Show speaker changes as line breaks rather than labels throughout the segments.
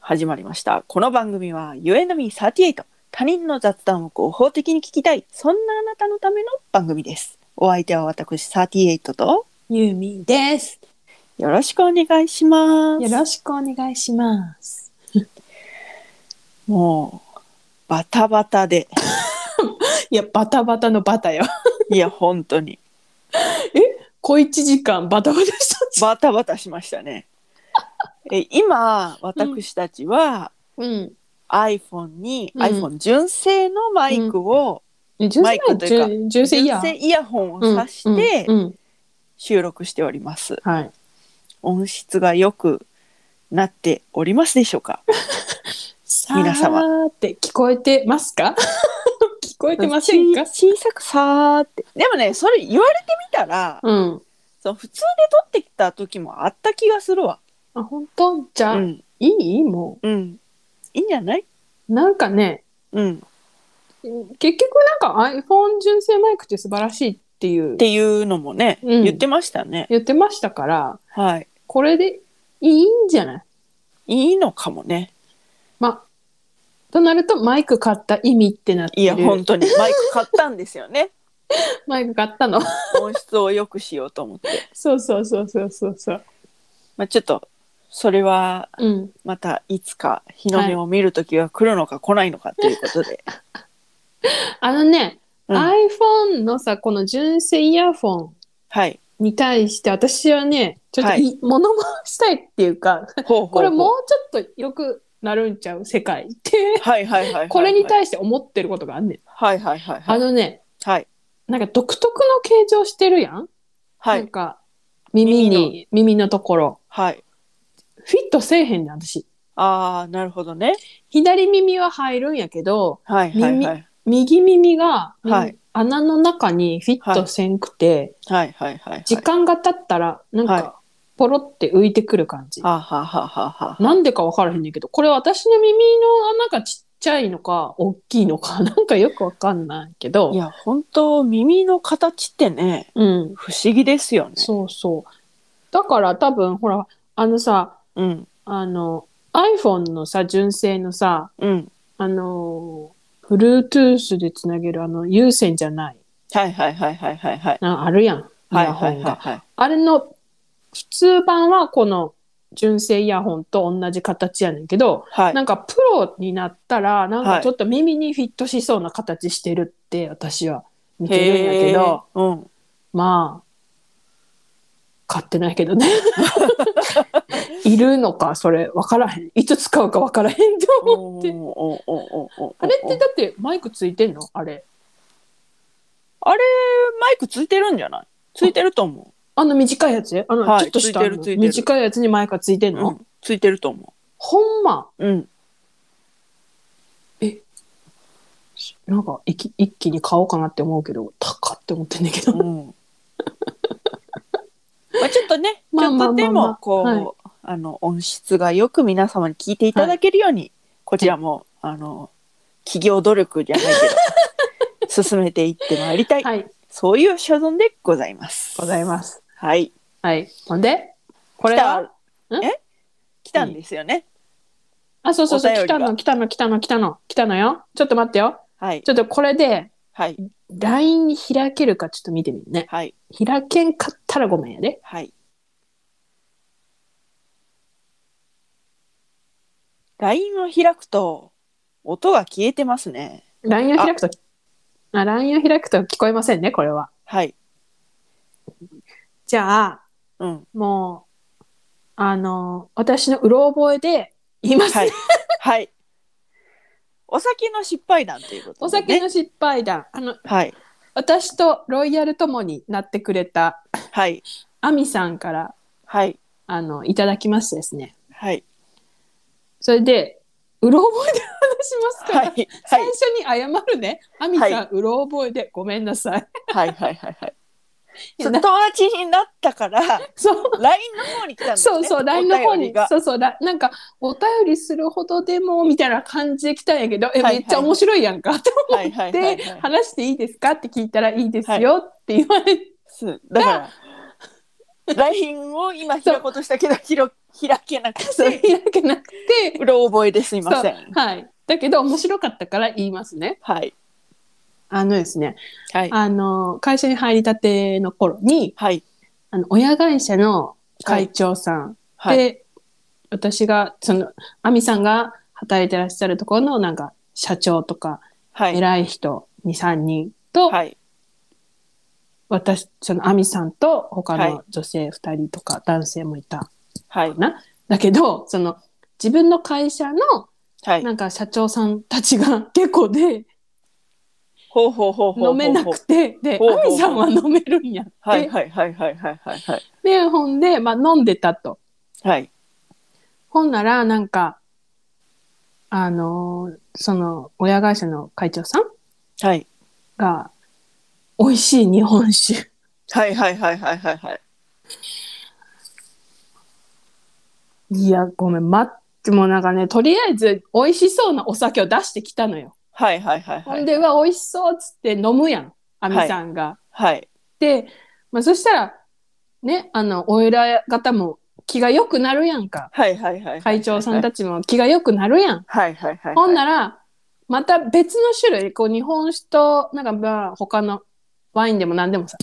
始まりました。この番組は、ゆえのみ38、他人の雑談を合法的に聞きたい、そんなあなたのための番組です。お相手は私38と、
ゆみです。
よろしくお願いします。
よろしくお願いします。
もう、バタバタで。
いや、バタバタのバタよ。
いや、本当に。
小一時間バタバタした。
バタバタしました ね。え今、私たちは、
うん。
iPhone に、
うん
iPhone 純正のマイクを、
純
マイクというか
正純正イヤ
純
ー。
正イヤホンを
うん
挿して
うんうん
収録しております。
はい。
音質が良くなっておりますでしょうか。皆様
さーって聞こえてますか？ 聞こえてませんか？
ち小さくさーって。でもね、それ言われてみたら、
うん。
その普通で撮ってきた時もあった気がするわ。
あ、本当じ
う
ゃあ、
ん、
いいも
うん、いいんじゃない？
うなんかね、
うん、っ
結局なんか iPhone 純正マイクって素晴らしいっていう
ていうのもね、
うん
言ってましたね。
言ってましたから、
はい、
これでいいんじゃない？
いいのかもね。
まあ、となるとマイク買った意味ってなってる
いや、本当にマイク買ったんですよね。
マイク買ったの
音質を良くしようと思って。
そうそうそうそうそうそう
まあちょっとそれは
うん
またいつか日の目を見る時が来るのか来ないのかということで。
あのね、
うん
iPhone のさこの純正イヤフォン
はい。
に対して私はねちょっとい、
はい
物申したいっていうか
ほうほうほう
これもうちょっとよくなるんちゃう世界って
はいはいはいはいはい。
これに対して思ってることがあんねん、
はいはいはいはい。
あのね
はい。
なんか独特の形状してるやん、
は
なん
い。
か耳に耳のところ
はい。
フィットせえへんねん私
ああ、なるほどね。
左耳は入るんやけど
はいはいはい。
右耳が、
はい
穴の中にフィットせんくて、
はいはいはいはい。
時間が経ったらなん
はい
かポロって浮いてくる感じ、
はあはあはあはあはあ。
なんでか分からへんねんけどこれ私の耳の穴がちっちゃいのか大きいのか なんかよく分かんないけど
いや、本当耳の形ってね、
うん、
不思議ですよね。
そうそうだから多分ほらあのさ
うん。
あの iPhone のさ純正のさ
うん。
あの Bluetooth でつなげるあの有線じゃない
はいはいはいはいはいはい。
なあるやんイ
はい
ヤ
は
ホ
い
ン
はい
が。
はい。
あれの普通版はこの純正イヤホンと同じ形やねんけど、
はい。
なんかプロになったらなん
はい
かちょっと耳にフィットしそうな形してるって私は見てるんや
へ
け
え
ど、。
うん。
まあ買ってないけど ねいるのかそれ分からへんいつ使うか分からへんと思って
おおおおおお
あれってだってマイクついてんのあれ
あれ、マイクついてるんじゃないついてると思
あの短いやつあの、
はい
ちょっとしたあの
ついてるついてる
短いやつにマイクがついてん
う。
の、
うん。ついてると思
ほんま
う。うん。
なんか一気一気に買おうかなって思うけど高っって思ってんだけど、
うんまあちょっとね、ち
まあ
ょっ
まあまあまあ
とでもこう、
はい
あの音質がよく皆様に聞いていただけるように、こちらもあの企業努力じゃないけ ど進めていってまいりたい、
はい
そういう所存でございます。。
ございますす
はい。
はいほんでこれは
来
ん
たえ来たんですよね。
あ、そうそうそう、
お便
来
りが
たの、来たの、来たの、来たの、来たのよ。ちょっと待ってよ。
はい
ちょっとこれで、
はい
LINE に開けるかちょっと見てみるね。
はい
開けんかったらごめんやで。
はい。LINE を開くと音が消えてますね。
LINE を開くと、あ、LINE を開くと聞こえませんね、これは。
はい。
じゃあ、
うん。
もう、あの、私のうろ覚えで言います。
はい。はい。お酒の失敗談ということ
お
で、ね。
酒の失敗談、あの、
はい。
私とロイヤル友になってくれた
はい。
アミさんから、
はい。
あの、いただきましてですね。
はい。
それで、うろ覚えで話しますから。
はい。は
最
い。
初に謝るね。アミさん、
は
うろ覚えでごめんなさい。
はい。はい。はい。はい
い
そ
や
う友
な
達になったから、LINE
そう。
の方に来たんですね。
そうそう、LINE の方
お便
に
りが、
そうそう、らなんか、お便りするほどでも、みたいな感じで来たんやけど、え、
はい
めっちゃ面白いやんか、と
はい。
思
は
っ
い。はい
て
は、い。
話していいですかって聞いたらいいですよって言われて、
そうだから、LINE を今開こうとしたけど、ひろ開けなく
そう開
て
けなくて
うろ覚えですいませ
そうんはいだけど面白かったから言いますね
はい
あのですね
はい
あの会社に入りたての頃に
はい
あの親会社の会長さん
はい
で私がその亜美さんが働いてらっしゃるところのなんか社長とか
はい
偉い人23人と、
はい
私その亜美さんと他
はい
の女性2人とか男性もいた
はい
かな、だけどその自分の会社の
はい
なんか社長さんたちが 結構で
ほうほうほうほうほう
飲めなくてで
ほうほう
亜美さんは飲めるんやって、
はいはいはいはいはいはいはい
でほんで、まあ、飲んでたと。
はい
ほんなら、なんか、あのーその、親会社の会長さん
はい
が、美味しい日本酒。
はいはいはいはいはいはい
いや、ごめん、待って、もうなんかね、とりあえず、美味しそうなお酒を出してきたのよ。
はいはいはい
ほ
は
ん
い
で、は美味しそうっつって飲むやん、亜美さんが。
はい
で、まあ、そしたら、ね、あの、お偉方も気が良くなるやんか。
はいはいはい
会長さんたちも気が良くなるやん。
はいはいはい
ほん
はい
なら、また別の種類、こう日本酒と、なんかまあ他のワインでも何でもさ、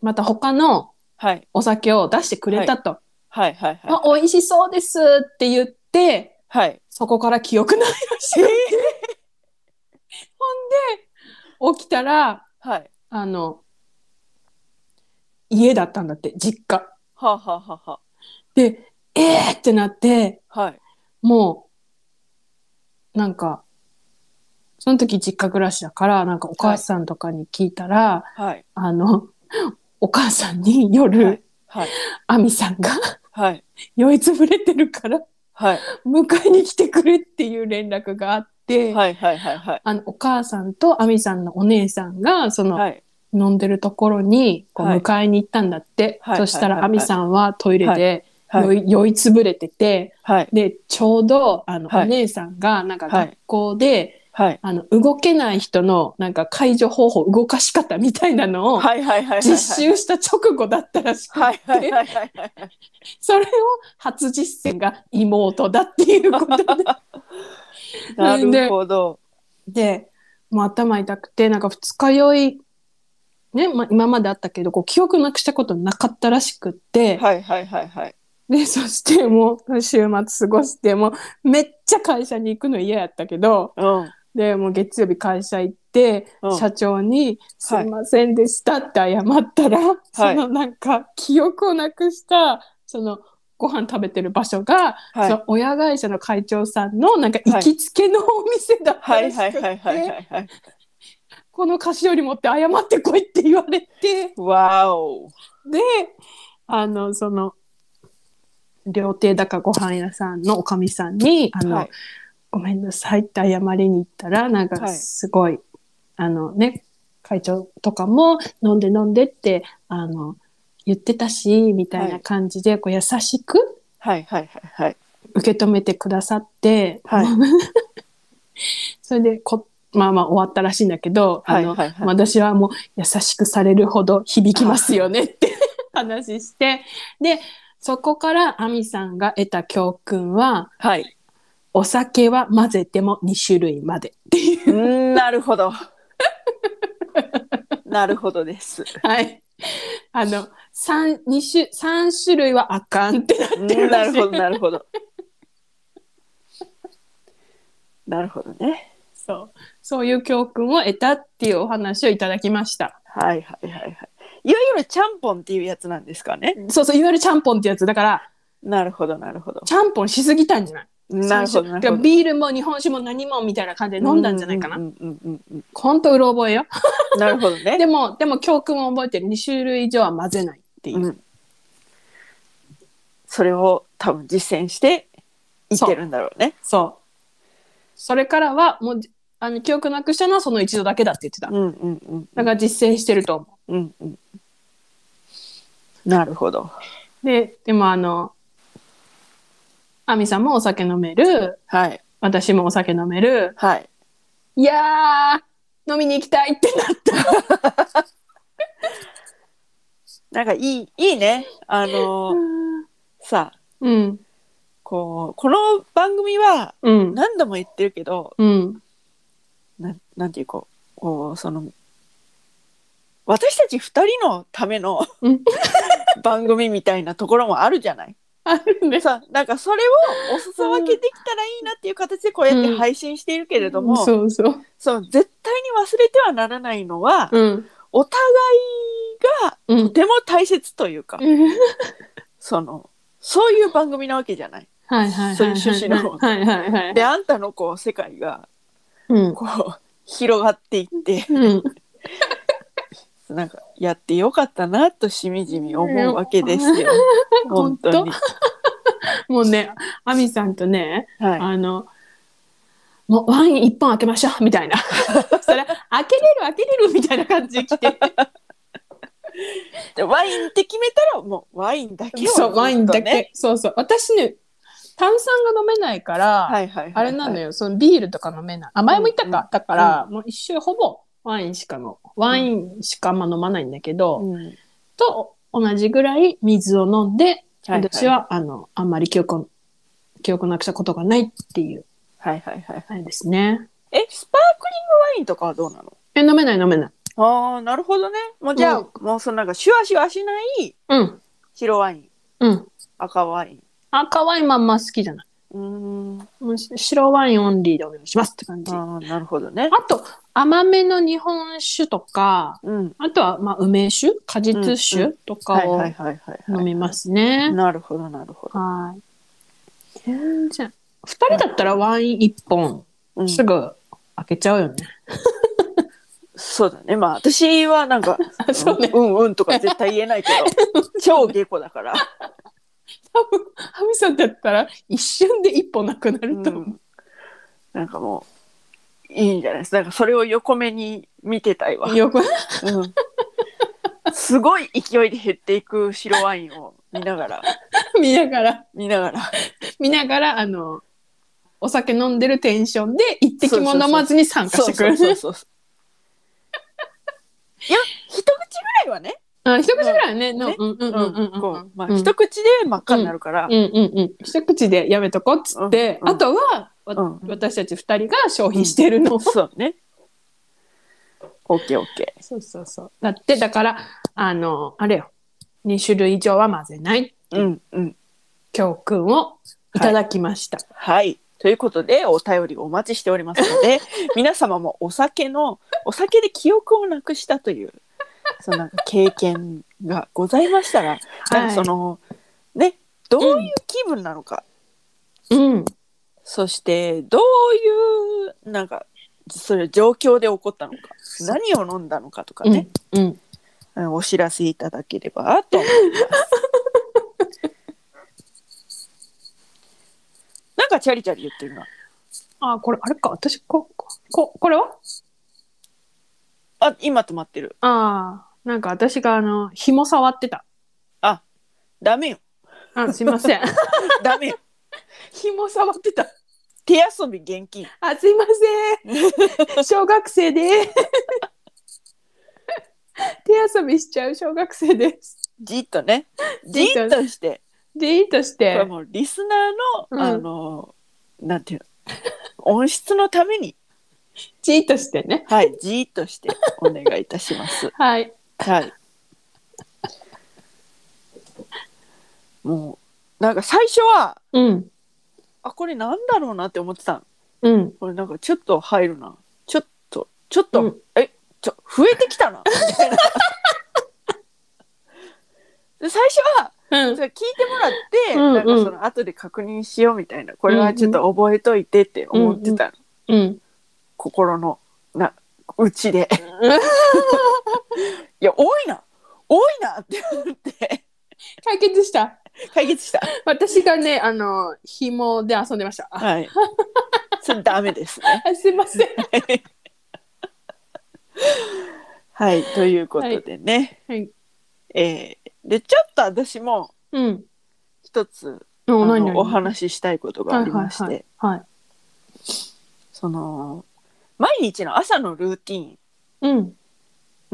また他の
はい
お酒を出してくれたと。
はいはいはい
あ、美味しそうですって言って、
はい
そこから記憶ないらしい。ほんで、起きたら、
はい
あの、家だったんだって、実家。
はあはあはあは
で、えーってなって、
あはい
もう、なんか、その時実家暮らしだから、なんかお母さんとかに聞いたら、
はい
あの、 お母さんに夜、
はいはい
アミさんが
はい
酔いつぶれてるから、
はい
迎えに来てくれっていう連絡があって、
はいはいはいはい
あの、お母さんとアミさんのお姉さんが、その、
はい
飲んでるところに、こう、
はい
迎えに行ったんだって。
はい
そし
は
たら、
い
アミさんはトイレで酔
はい
い、酔いつぶれてて、
はい
で、ちょうど、あの、
はい
お姉さんが、なんか
はい
学校で、
はい
あの、動けない人の、なんか解除方法、動かし方みたいなのを、
はいはいはいはいはい
実習した直後だったらしく
はい
て、
はいはいはいはい
それを初実践が妹だっていうこと で、
なるほど
で、もう頭痛くて、なんか二日酔い、ね、まあ、今まであったけど、こう、記憶なくしたことなかったらしくって、
はいはいはいはい
で、そしてもう、週末過ごして、もう、めっちゃ会社に行くの嫌やったけど、
うん
でもう月曜日会社行って、
うん
社長に「すいませんでした」って謝ったら、そのなんか記憶をなくしたそのご飯食べてる場所が、
はい
その親会社の会長さんのなんか行きつけのお店だった
は
ら
い
し
はい
く
はいはい
て
はいはい
この菓子折り持って謝ってこいって言われて
わお
であのその料亭だかご飯屋さんのおかみさんにあの、
はい
ごめんなさいって謝りに行ったら、なんか
はい
すごい、あのね、会長とかも飲んで飲んでって、あの、言ってたし、みたい
は
ない感じで、こう優しく
はいはいはいはい
受け止めてくださって、
はい
それでこ、まあまあ終わったらしいんだけど、
はい
あの、
はいはい
私はもう優しくされるほど響きますよねって 話して、で、そこからアミさんが得た教訓は、
はい
お酒は混ぜても2種類までっていう
うんなるほ どなるほどです
はい。あの、三、二種、三種類はあかんってな
うん
ってる
な
ら
る
しい
ほどなるほどなるほどね
そう。そういう教訓を得たっていうお話をいただきました。
はいはいはいはいいわゆるちゃんぽんっていうやつなんですかね
そうそう、いわゆるちゃんぽんってやつ。だから、
なるほどなるほど
ちゃんぽんしすぎたんじゃない
なるほど
三種
な
だ
る
か
ほ
ら
ど
ビールも日本酒も何もみたいな感じで飲んだんじゃないかな。
うんうんうんうん
ほんとうろ覚えよ。
うんなるほどね
でも、でも教訓を覚えてる。2種類以上は混ぜないっていう。
うん、それを多分実践していってるんだろうね。
そう。それからは、もう、あの、記憶なくしたのはその一度だけだって言ってた。
うんうんうん
だから実践してると思う。
うんうん。なるほど。
で、でもあの、アミさんもお酒飲める、
はい
私もお酒飲める、
はい。
いやー、飲みに行きたいってなった。
なんかいいいいね。あのーさ
うん。
こうこの番組は
うん。
何度も言ってるけど
うん。
ななんていうかこうその私たち二人のための
うん
番組みたいなところもあるじゃない。
あるね。
さなんかそれをお裾分けできたらいいなっていう形でこうやって配信しているけれども、
そうそう。
そう絶対に忘れてはならないのは、
うん。
お互いが
う
と
ん。
ても大切というか、そのそういう番組なわけじゃない。
はいはいはいはい。
そういう趣旨の
はいはい はい。
であんたのこう世界が
うん。
こう広がっていって
うん。
なんかやってよかったなとしみじみ思うわけですよ。 本当に。
もうね、アミさんとね、
はい。
あの、もうワイン一本開けましょうみたいな。それ、開けれる開けれるみたいな感じで来て。
でワインって決めたらもうワインだけを、
そう、ワインだけ。
ね。
そうそう。私ね、炭酸が飲めないから、
はいはいはい、
あれなの
よ。
よ、そのビールとか飲めない。あ、前も言った
うんう
か。だから、もう一周ほぼワインしかの、ワインしかあんま飲まないんだけど、
うんはい
と同じぐらい水を飲んで、
はい
私は、あの、あんまり記憶を、記憶なくしたことがないっていう、
はいはいはい。
あれですね。
えスパークリングワインとかはどうなの
え、飲めない飲めない。
ああなるほどね。もうじゃあ、
う
もうそのなんかシュワシュワしない
うん、
白ワイン
うん。
赤ワイン。
赤ワインまんま好きじゃない。
うーん
もうし白ワインオンリーでお願いしますって感じ。あ
ああなるほどね。
と、甘めの日本酒とか、
うん。
あとは、まあ、梅酒果実
うんう
酒と
は
か
い
を
はいはいはい、
飲
は
みますね。
い。なるほどなるほど。
はい。全然。二人だったらワイン一本、
うん、
すぐ開けちゃうよね。
そうだね。まあ私はなんか
あそうね
うんうんとか絶対言えないけ ど超下戸だから。
多分、ハミさんだったら一瞬で一本なくな
う
ると思う。
ん、なんかもういいんじゃないですか。なんかそれを横目に見てたいわ。
よく、
うん、 すごい勢いで減っていく白ワインを見ながら
見ながら、
見ながら
見ながら、あの、お酒飲んでるテンションで一滴も
そうそうそう
飲まずに参加し
そう
てく
そう
る。
そうそういや一口ぐらいはね
あ一口ぐらいはね、の
ね
うんうんうんうんうん。
こうま
う
あ
ん
一口で真っ赤になるから
う、んうんうん。一口でやめとこうっつって、
うんうん
あとは、わ
うん
私たち二人が消費してるのを
そうね。オッケーオッケ
そうそうそう。だって、だから、あの、あれよ。2種類以上は混ぜない
ー。うんうん。
教訓をいただきました。
はい。ということでお便りお待ちしておりますの で皆様もお酒のお酒で記憶をなくしたというそのなんか経験がございましたら、なんかそのねどういう気分なのか、
うん。
そしてどういうなんかそれ状況で起こったのか何を飲んだのかとか
う
ね
ん、。うん。
うんお知らせいただければと思います。なんかチャリチャリ言ってるな。
あ、これ、あれか。私、こ、こ、ここれは
あ、今止まってる。
ああ、なんか私が、あの、紐触ってた。
ダメよ。
あ、すいません。
ダメよ。
紐触ってた。
手遊び厳禁。
あ、すいませ ん。小学生で。手遊びしちゃう小学生です。
じっとね。じっとして。
で、いいとし
これ
て。
もうリスナー
うん
の、あの、なんていうの。音質のために、
じーっとしてね。
はい、じっとしてお願いいたします。
はい。
はい。もう、なんか最初は、
うん。
あ、これなんだろうなって思ってたの
うん。
これなんかちょっと入るな。ちょっと、ちょっと、
うん
え、ちょ、増えてきたな。みたいな。 で最初は、
うん
そ。れ聞いてもらって、
うん
なんかその後で確認しようみたいな、これはちょっと覚えといてって思ってたの。
うん。
心の、な、うち で。いや、多いな多いなって思って、
解決した。
解決 した。
私がね、あの、紐で遊んでました。あ
はい。それダメですね。
すいません。
はい、ということでね。
はい。
えーで、ちょっと私も、
うん。
一つあ
お、
のお
話
話ししたいことがありまして、
はいはいはい。
その毎日の朝のルーティ
はいうん。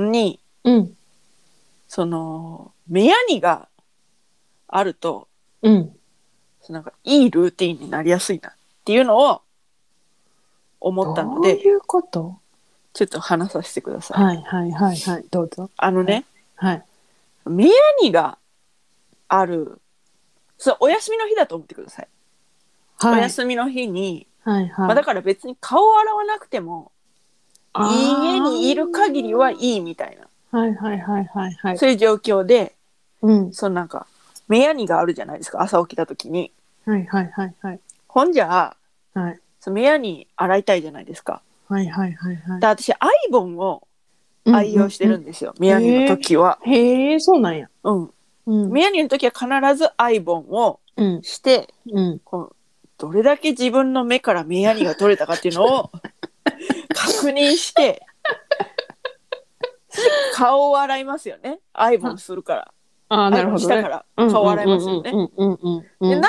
ンに
うん。
その目やにがあると
うん。
なんかいいルーティンになりやすいなっていうのを思ったの
どう
で
いうこと
ちょっと話させてください。
はいはいはいはいどうぞ
あのね、
はい
目やにがあるそうお休みの日だと思ってください。
は
お
い
休みの日に、
はいはい、
まあ、だから別に顔を洗わなくても家にいる限りはいいいみたいな
はいはいはいはいはい
そういう状況で
うん
そのなんか目やにがあるじゃないですか朝起きた時に。
はいはいはいはい
ほんじゃ
はい
その目やに洗いたいじゃないですか。
はいはいはいはい
で私アイボンを愛用してるんですよ、
んうん
宮城の時は。
うんうんへえそうなんや
うん、
うん
宮城の時は必ずアイボンを
うん
して
うん
こうどれだけ自分の目から宮城が取れたかっていうの を確認して顔を洗いますよねアイボンするから
ああ
ア
な
イ
る
ボ
ほ
ンし
ど
たか
ね
ら
うん
顔洗いますよね。
うんうんうんうんう
で
ん
なん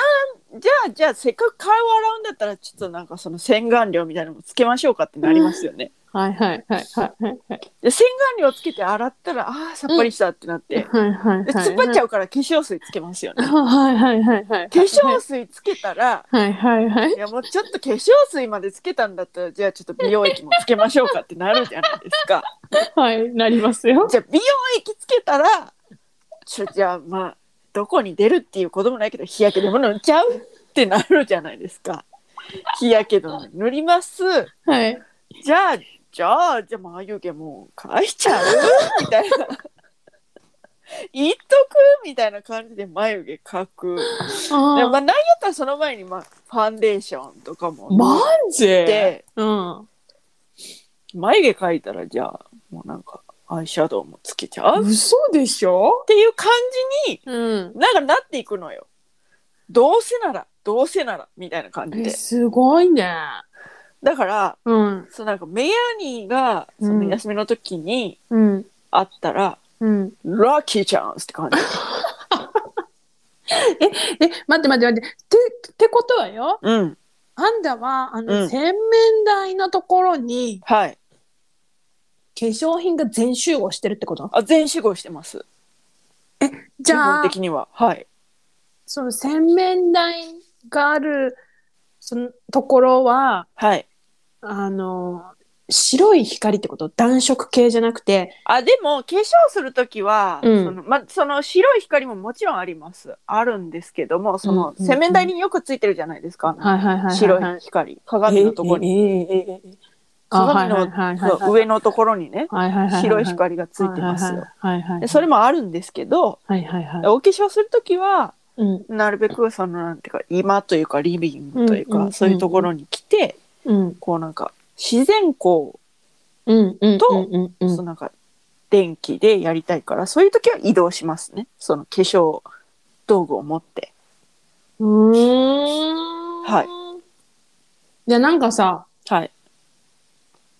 じゃあじゃあせっかく顔を洗うんだったらちょっとなんかその洗顔料みたいなのもつけましょうかってなりますよね。
はいはいはいはいはいはい
で洗顔料つけて洗ったらあーさっぱりしたってなって、
はいはい
で
はい
突っ張っちゃうから化粧水つけますよね。
はいはいはいはい
化粧水つけたら、
はいはいは い
いやもうちょっと化粧水までつけたんだったら、じゃあちょっと美容液もつけましょうかってなるじゃないです か。
はいなりますよ
じゃあ美容液つけたら、ちょじゃあまあ、どこに出るっていうこともないけど、日焼け止め塗っちゃうってなるじゃないですか。日焼け止め塗ります。
はい
じゃあ、じゃあ、じゃあ眉毛もう描いちゃうみたいな。 言っとくみたいな感じで眉毛描く。でもまあ、
あ
なんやったらその前に、まあ、ファンデーションとかも
ーマジ
で
うん
眉毛描いたらじゃあもうなんかアイシャドウもつけちゃうっ
嘘でしょ
ていう感
うん
じになんかなっていくのよ。どうせならどうせならみたいな感じ
え
で。
すごいね
だから
うん
そうなんかメアニーがその休みの時に
うん
会ったら、
うん
ラッキーチャンスって感じ。
え待って待って待ってってってことはよ
うん
あんたはあ
う
の
ん
洗面台のところに
はい。
化粧品が全集合してるってこと
あ全集合してます。
じゃ
基
あ
本的にははい。
その洗面台があるそのところは
はい。
あの白い光ってこと暖色系じゃなくて
あでも化粧する時は、
うん
そのま、その白い光ももちろんありますあるんですけどもその
うん
洗面台によくついてるじゃないですか、
はいはいはいはい
白い光鏡のところに、
に、ええええええあ
鏡の
はいはいはい
そう上のところにね
はいはいはは
白い光がついてますよ。
はいはいはいはいはい
でそれもあるんですけど
はいはいはい
お化粧する時は
うん
なるべくそのなんていうか今というかリビングという
うんうん
か
うん
そういうところに来て
うん
こうなんか自然光
うんうん
と
うんうん
そのなんか電気でやりたいからそういう時は移動しますねその化粧道具を持って。
うーん
はい
じゃあなんかさ
はい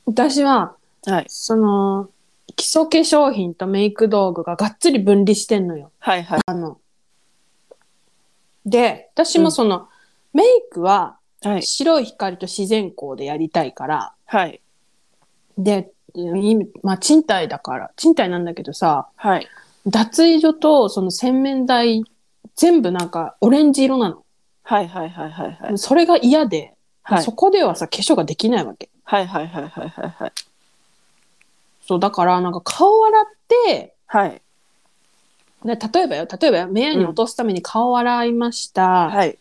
私は
はい
その基礎化粧品とメイク道具ががっつり分離してんのよ
はいはい
あので私もその、メイクは
はい
白い光と自然光でやりたいから、
はい
で、いまあ、賃貸だから、賃貸なんだけどさ、
はい
脱衣所とその洗面台、全部なんかオレンジ色な
はいはいはいはいはい
の。それが嫌で、
はい
そこではさ、化粧ができないわけ。
はいはいはいはいはいはい
そう、だからなんか顔洗って、
はい
ね例えばよ、例えばよ、目に落とすために顔洗いました。
はい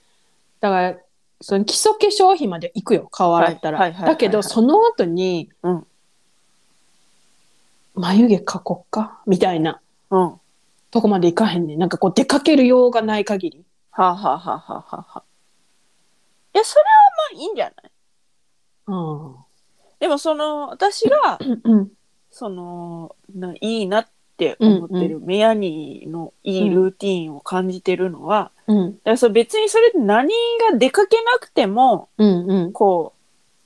だから、その基礎化粧品まで行くよ、顔洗った
はい
ら。
はいはいはいはい
だけど、その後に、
うん
眉毛描こっか、みたいな。
うんは
とこまで行かへんねんなんかこう出かける用がない限り
あ、はあはあはあはあはあ、いやそれはまあいいんじゃない
うん
でもその私が
うん
そのないいなって思ってるメアニーのいいルーティーンを感じてるのは、
うん
だからそれ別にそれで何が出かけなくても
うんうん
こう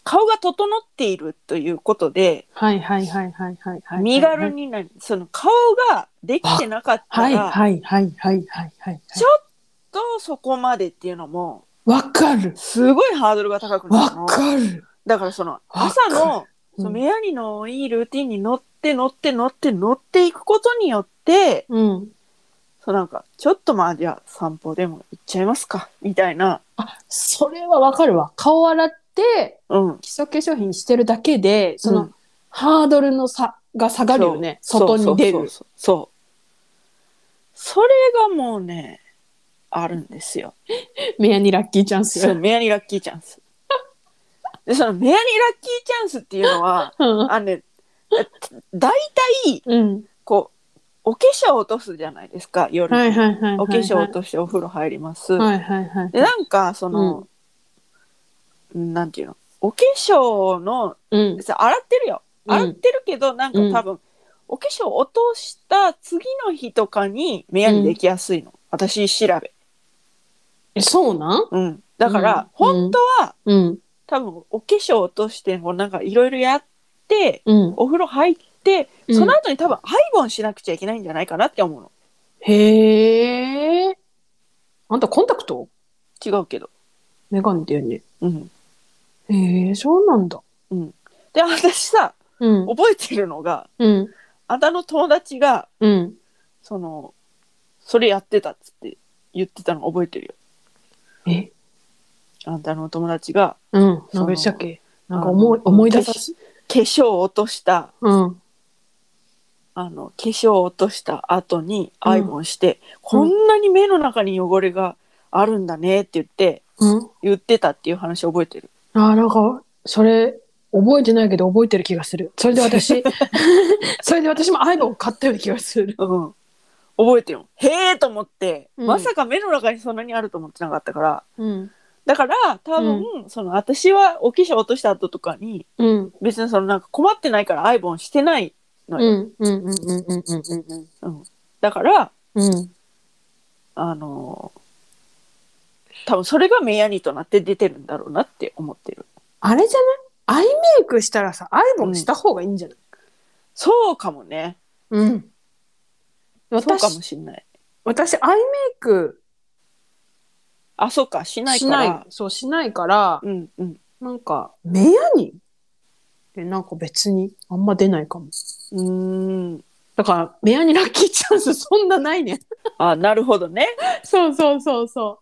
顔が整っているということで
はいはいはいはいはいはい
身軽になる、その顔ができてなかったら、
はいはいはいはいはいはい
ちょとそこまでっていうのも
わかる
すごいハードルが高くなる
わ
の
かる
だからその
かる
朝のその
うん
メアリのいいルーティンに乗って乗って乗って乗っていくことによって
うん
そうなんかちょっとまあじゃあ散歩でも行っちゃいますかみたいな
あそれはわかるわ顔洗って
うん
基礎化粧品してるだけでその、
うん
ハードルの差が下がるよね
そう
外に出る
そうそうそうそうそれがもうねあるんですよ
目にラッキーチャンス
そう
う、
メアリーラッキーチャン スでそのメアリーラッキーチャンスっていうのは
ん
あのね大体
うん、
こうお化粧落とすじゃないですか夜に、
はいはいはいはいはい
お化粧落としてお風呂入ります、
はいはいはい
でなんかその、なんていうのお化粧の
うん
別に洗ってるよ
うん
洗ってるけど、なんか多分、お化粧落とした次の日とかに目やにできやすいの、私調べ、
えそうなん
うん、だから、
うん
本当は
うん
多分お化粧落としてこうなんかいろいろやって
うん
お風呂入って
うん
その後に多分ハイボンしなくちゃいけないんじゃないかなって思うの
へえあんたコンタクト
違うけど
メガネだよね
うん
へえそうなんだ
で私さ
うん
覚えてるのが
うん
あんたの友達が
うん
そのそれやってたっつって言ってたの覚えてるよ
え
あんたの友達が
うん
その
何でしたっけなんか思い思い出さす
化粧を落とした
うん
あの化粧を落とした後にアイボンして、こんなに目の中に汚れがあるんだねって言って
うん
言ってたっていう話覚えてる
あなんかそれ覚えてないけど覚えてる気がするそれで 私それで私もアイボン買ったような気がする
うん覚えてるもんへえと思って、
うん
まさか目の中にそんなにあると思ってなかったから
うん
だから多分、その私はお化粧落とした後とかに
うん
別にそのなんか困ってないからアイボンしてない
うん
は
うんうんうんうんうんうん
だから
うんうん
あのー多分それが目やにとなって出てるんだろうなって思ってる
あれじゃないアイメイクしたらさアイボンした方がいいんじゃない
そうかもね
うん
そうか
私
もしんない
私アイメイク
あそうかしない
し
から
ないそうしないから
うんうん
なんか目やにでなんか別にあんま出ないかも
うーん
だから目やにラッキーチャンスそんなないね
あなるほどね
そうそうそうそ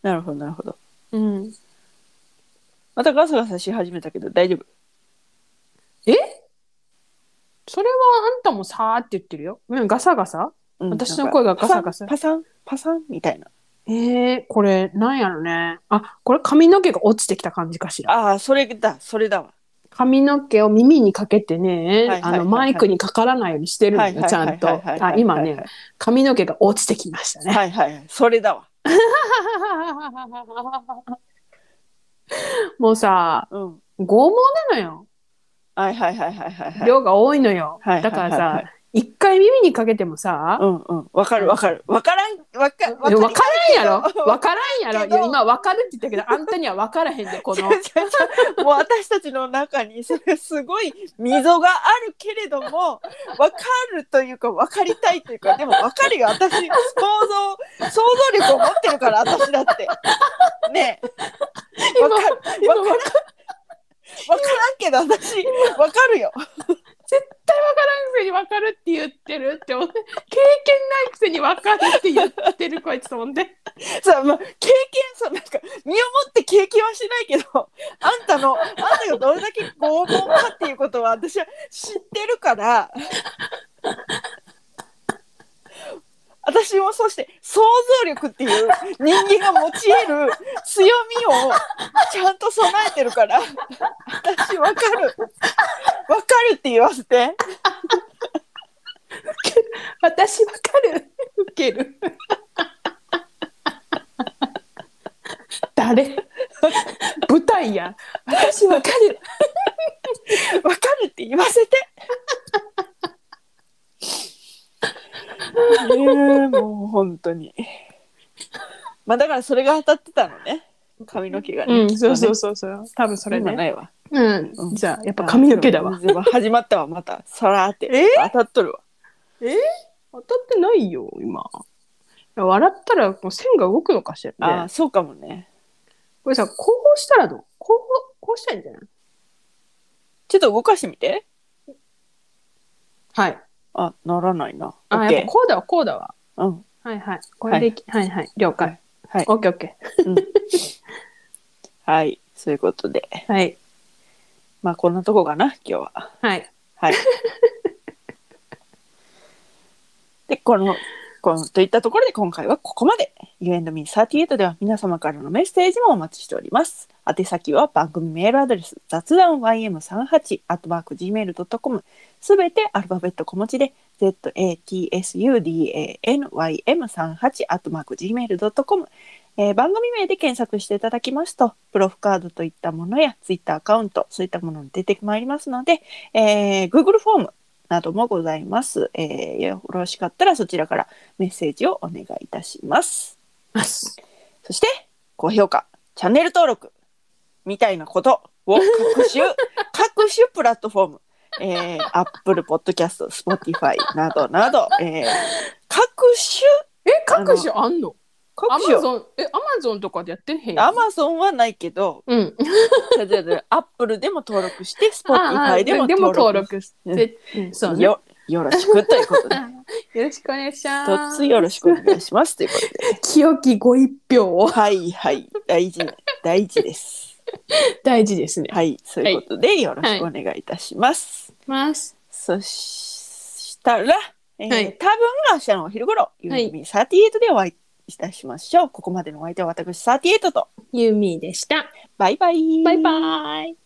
なるほどなるほど
ううん
またガサガサし始めたけど大丈夫
それはあんたもさーって言ってるようんガサガサ
うん
私の声がガサガサ
なんかパサンパサンパサンみたいな
えー、これなんやろねあこれ髪の毛が落ちてきた感じかしら
ああそれだそれだわ
髪の毛を耳にかけて
いは
ね
い、はいは
あ
い
のマイクにかからないようにしてるの
はい
よ、ちゃんと。あ、今ね、髪の毛が落ちてきましたね。
はいはいはいそれだわ
もうさ、
うん
剛毛なのよ。
はいはいはいはいはいはい
量が多いのよ。
はい
だから
はいはい
さ
は、
一回耳にかけてもさ
う、んうんわかるわかるわからんわか
わからんやろ
わかるけど
わからんやろ
けど
いや今わかるって言ったけど、あんたにはわからへんで、こ
違う
の
違う。違う もう私たちの中にそれすごい溝があるけれども分かるというか分かりたいというかでも分かるよ私想像想像力を持ってるから私だってねえ分かる分
今
からん分からんけど私分かるよ
くせに分かるって言ってるって思って経験ないくせに分かるって言ってるこいつと思って
さあ、まあ、経験さなんか身をもって経験はしてないけどあんたのあんたがどれだけ拷問かっていうことは私は知ってるから私もそして想像力っていう人間が持ち得る強みをちゃんと備えてるから私わかるわかるって言わせて
私分かるウケる誰舞台や私分かる
わかるって言わせて。 ねえもう本当に。まあだからそれが当たってたのね。髪の毛がね。
うんそうそう
そ
そうそう多分それ
今な
ね
いわ。
うん
うん
じゃあやっぱ髪の毛だわ
あ。でも始まったわまた。さらーって。
え
当たっとるわ。
当たってないよ今いや笑ったらもう線が動くのかし
あ
ら
あ
ね
そうかもね。
これさこうしたらどうこうこうしたらいいんじゃない
ちょっと動かしてみて。
はい
あならないな。オッ
あやっぱ
ケ
こうだわこうだわ
うん。
はいはい。これでいき、はい、はい、了解。
はい
オッケーオッケ
はい。そういうことで。
ー。はい。
まあ、こんなとこかな、今日は。
はい。
はい。で、この、このといったところで今回はここまで。You and me38 では皆様からのメッセージもお待ちしております。宛先は番組メールアドレス雑談 ym38 アットマーク gmail.com すべてアルファベット小文字で zatsudanym38 アットマーク gmail.com えー番組名で検索していただきますと、プロフカードといったものや、ツイッターアカウント、そういったものに出てまいりますので、えー Google フォームなどもございます、えーよろしかったらそちらからメッセージをお願いいたします。
ます。
そして、高評価、チャンネル登録みたいなことを各種、各種プラットフォーム、えー、Apple Podcast、Spotify などなど、えー各種、
え、各種あんのア
各
マ
種、
ゾン、え、アマゾンとかでやってへんやん。
Amazon はないけど、
うん。
Apple でも登録して、
ああ
Spotify でも登録
録して。うんそうね。よ
よよろしくということで、
ろしくお願いしま
一
す
つ。よろしくお願いしますということで。
清きご一票を
はいはい大事大事です。
大事ですね。
はいそういうことでよろしくお願いいたします。
ます。
そしたら、えー
はい
多分明日のお昼頃ゆ
はいう
み38でお会いいたしましょう。ここまでのお相手は私38と
ユーミーでした。
バイバイ。
バイバイ。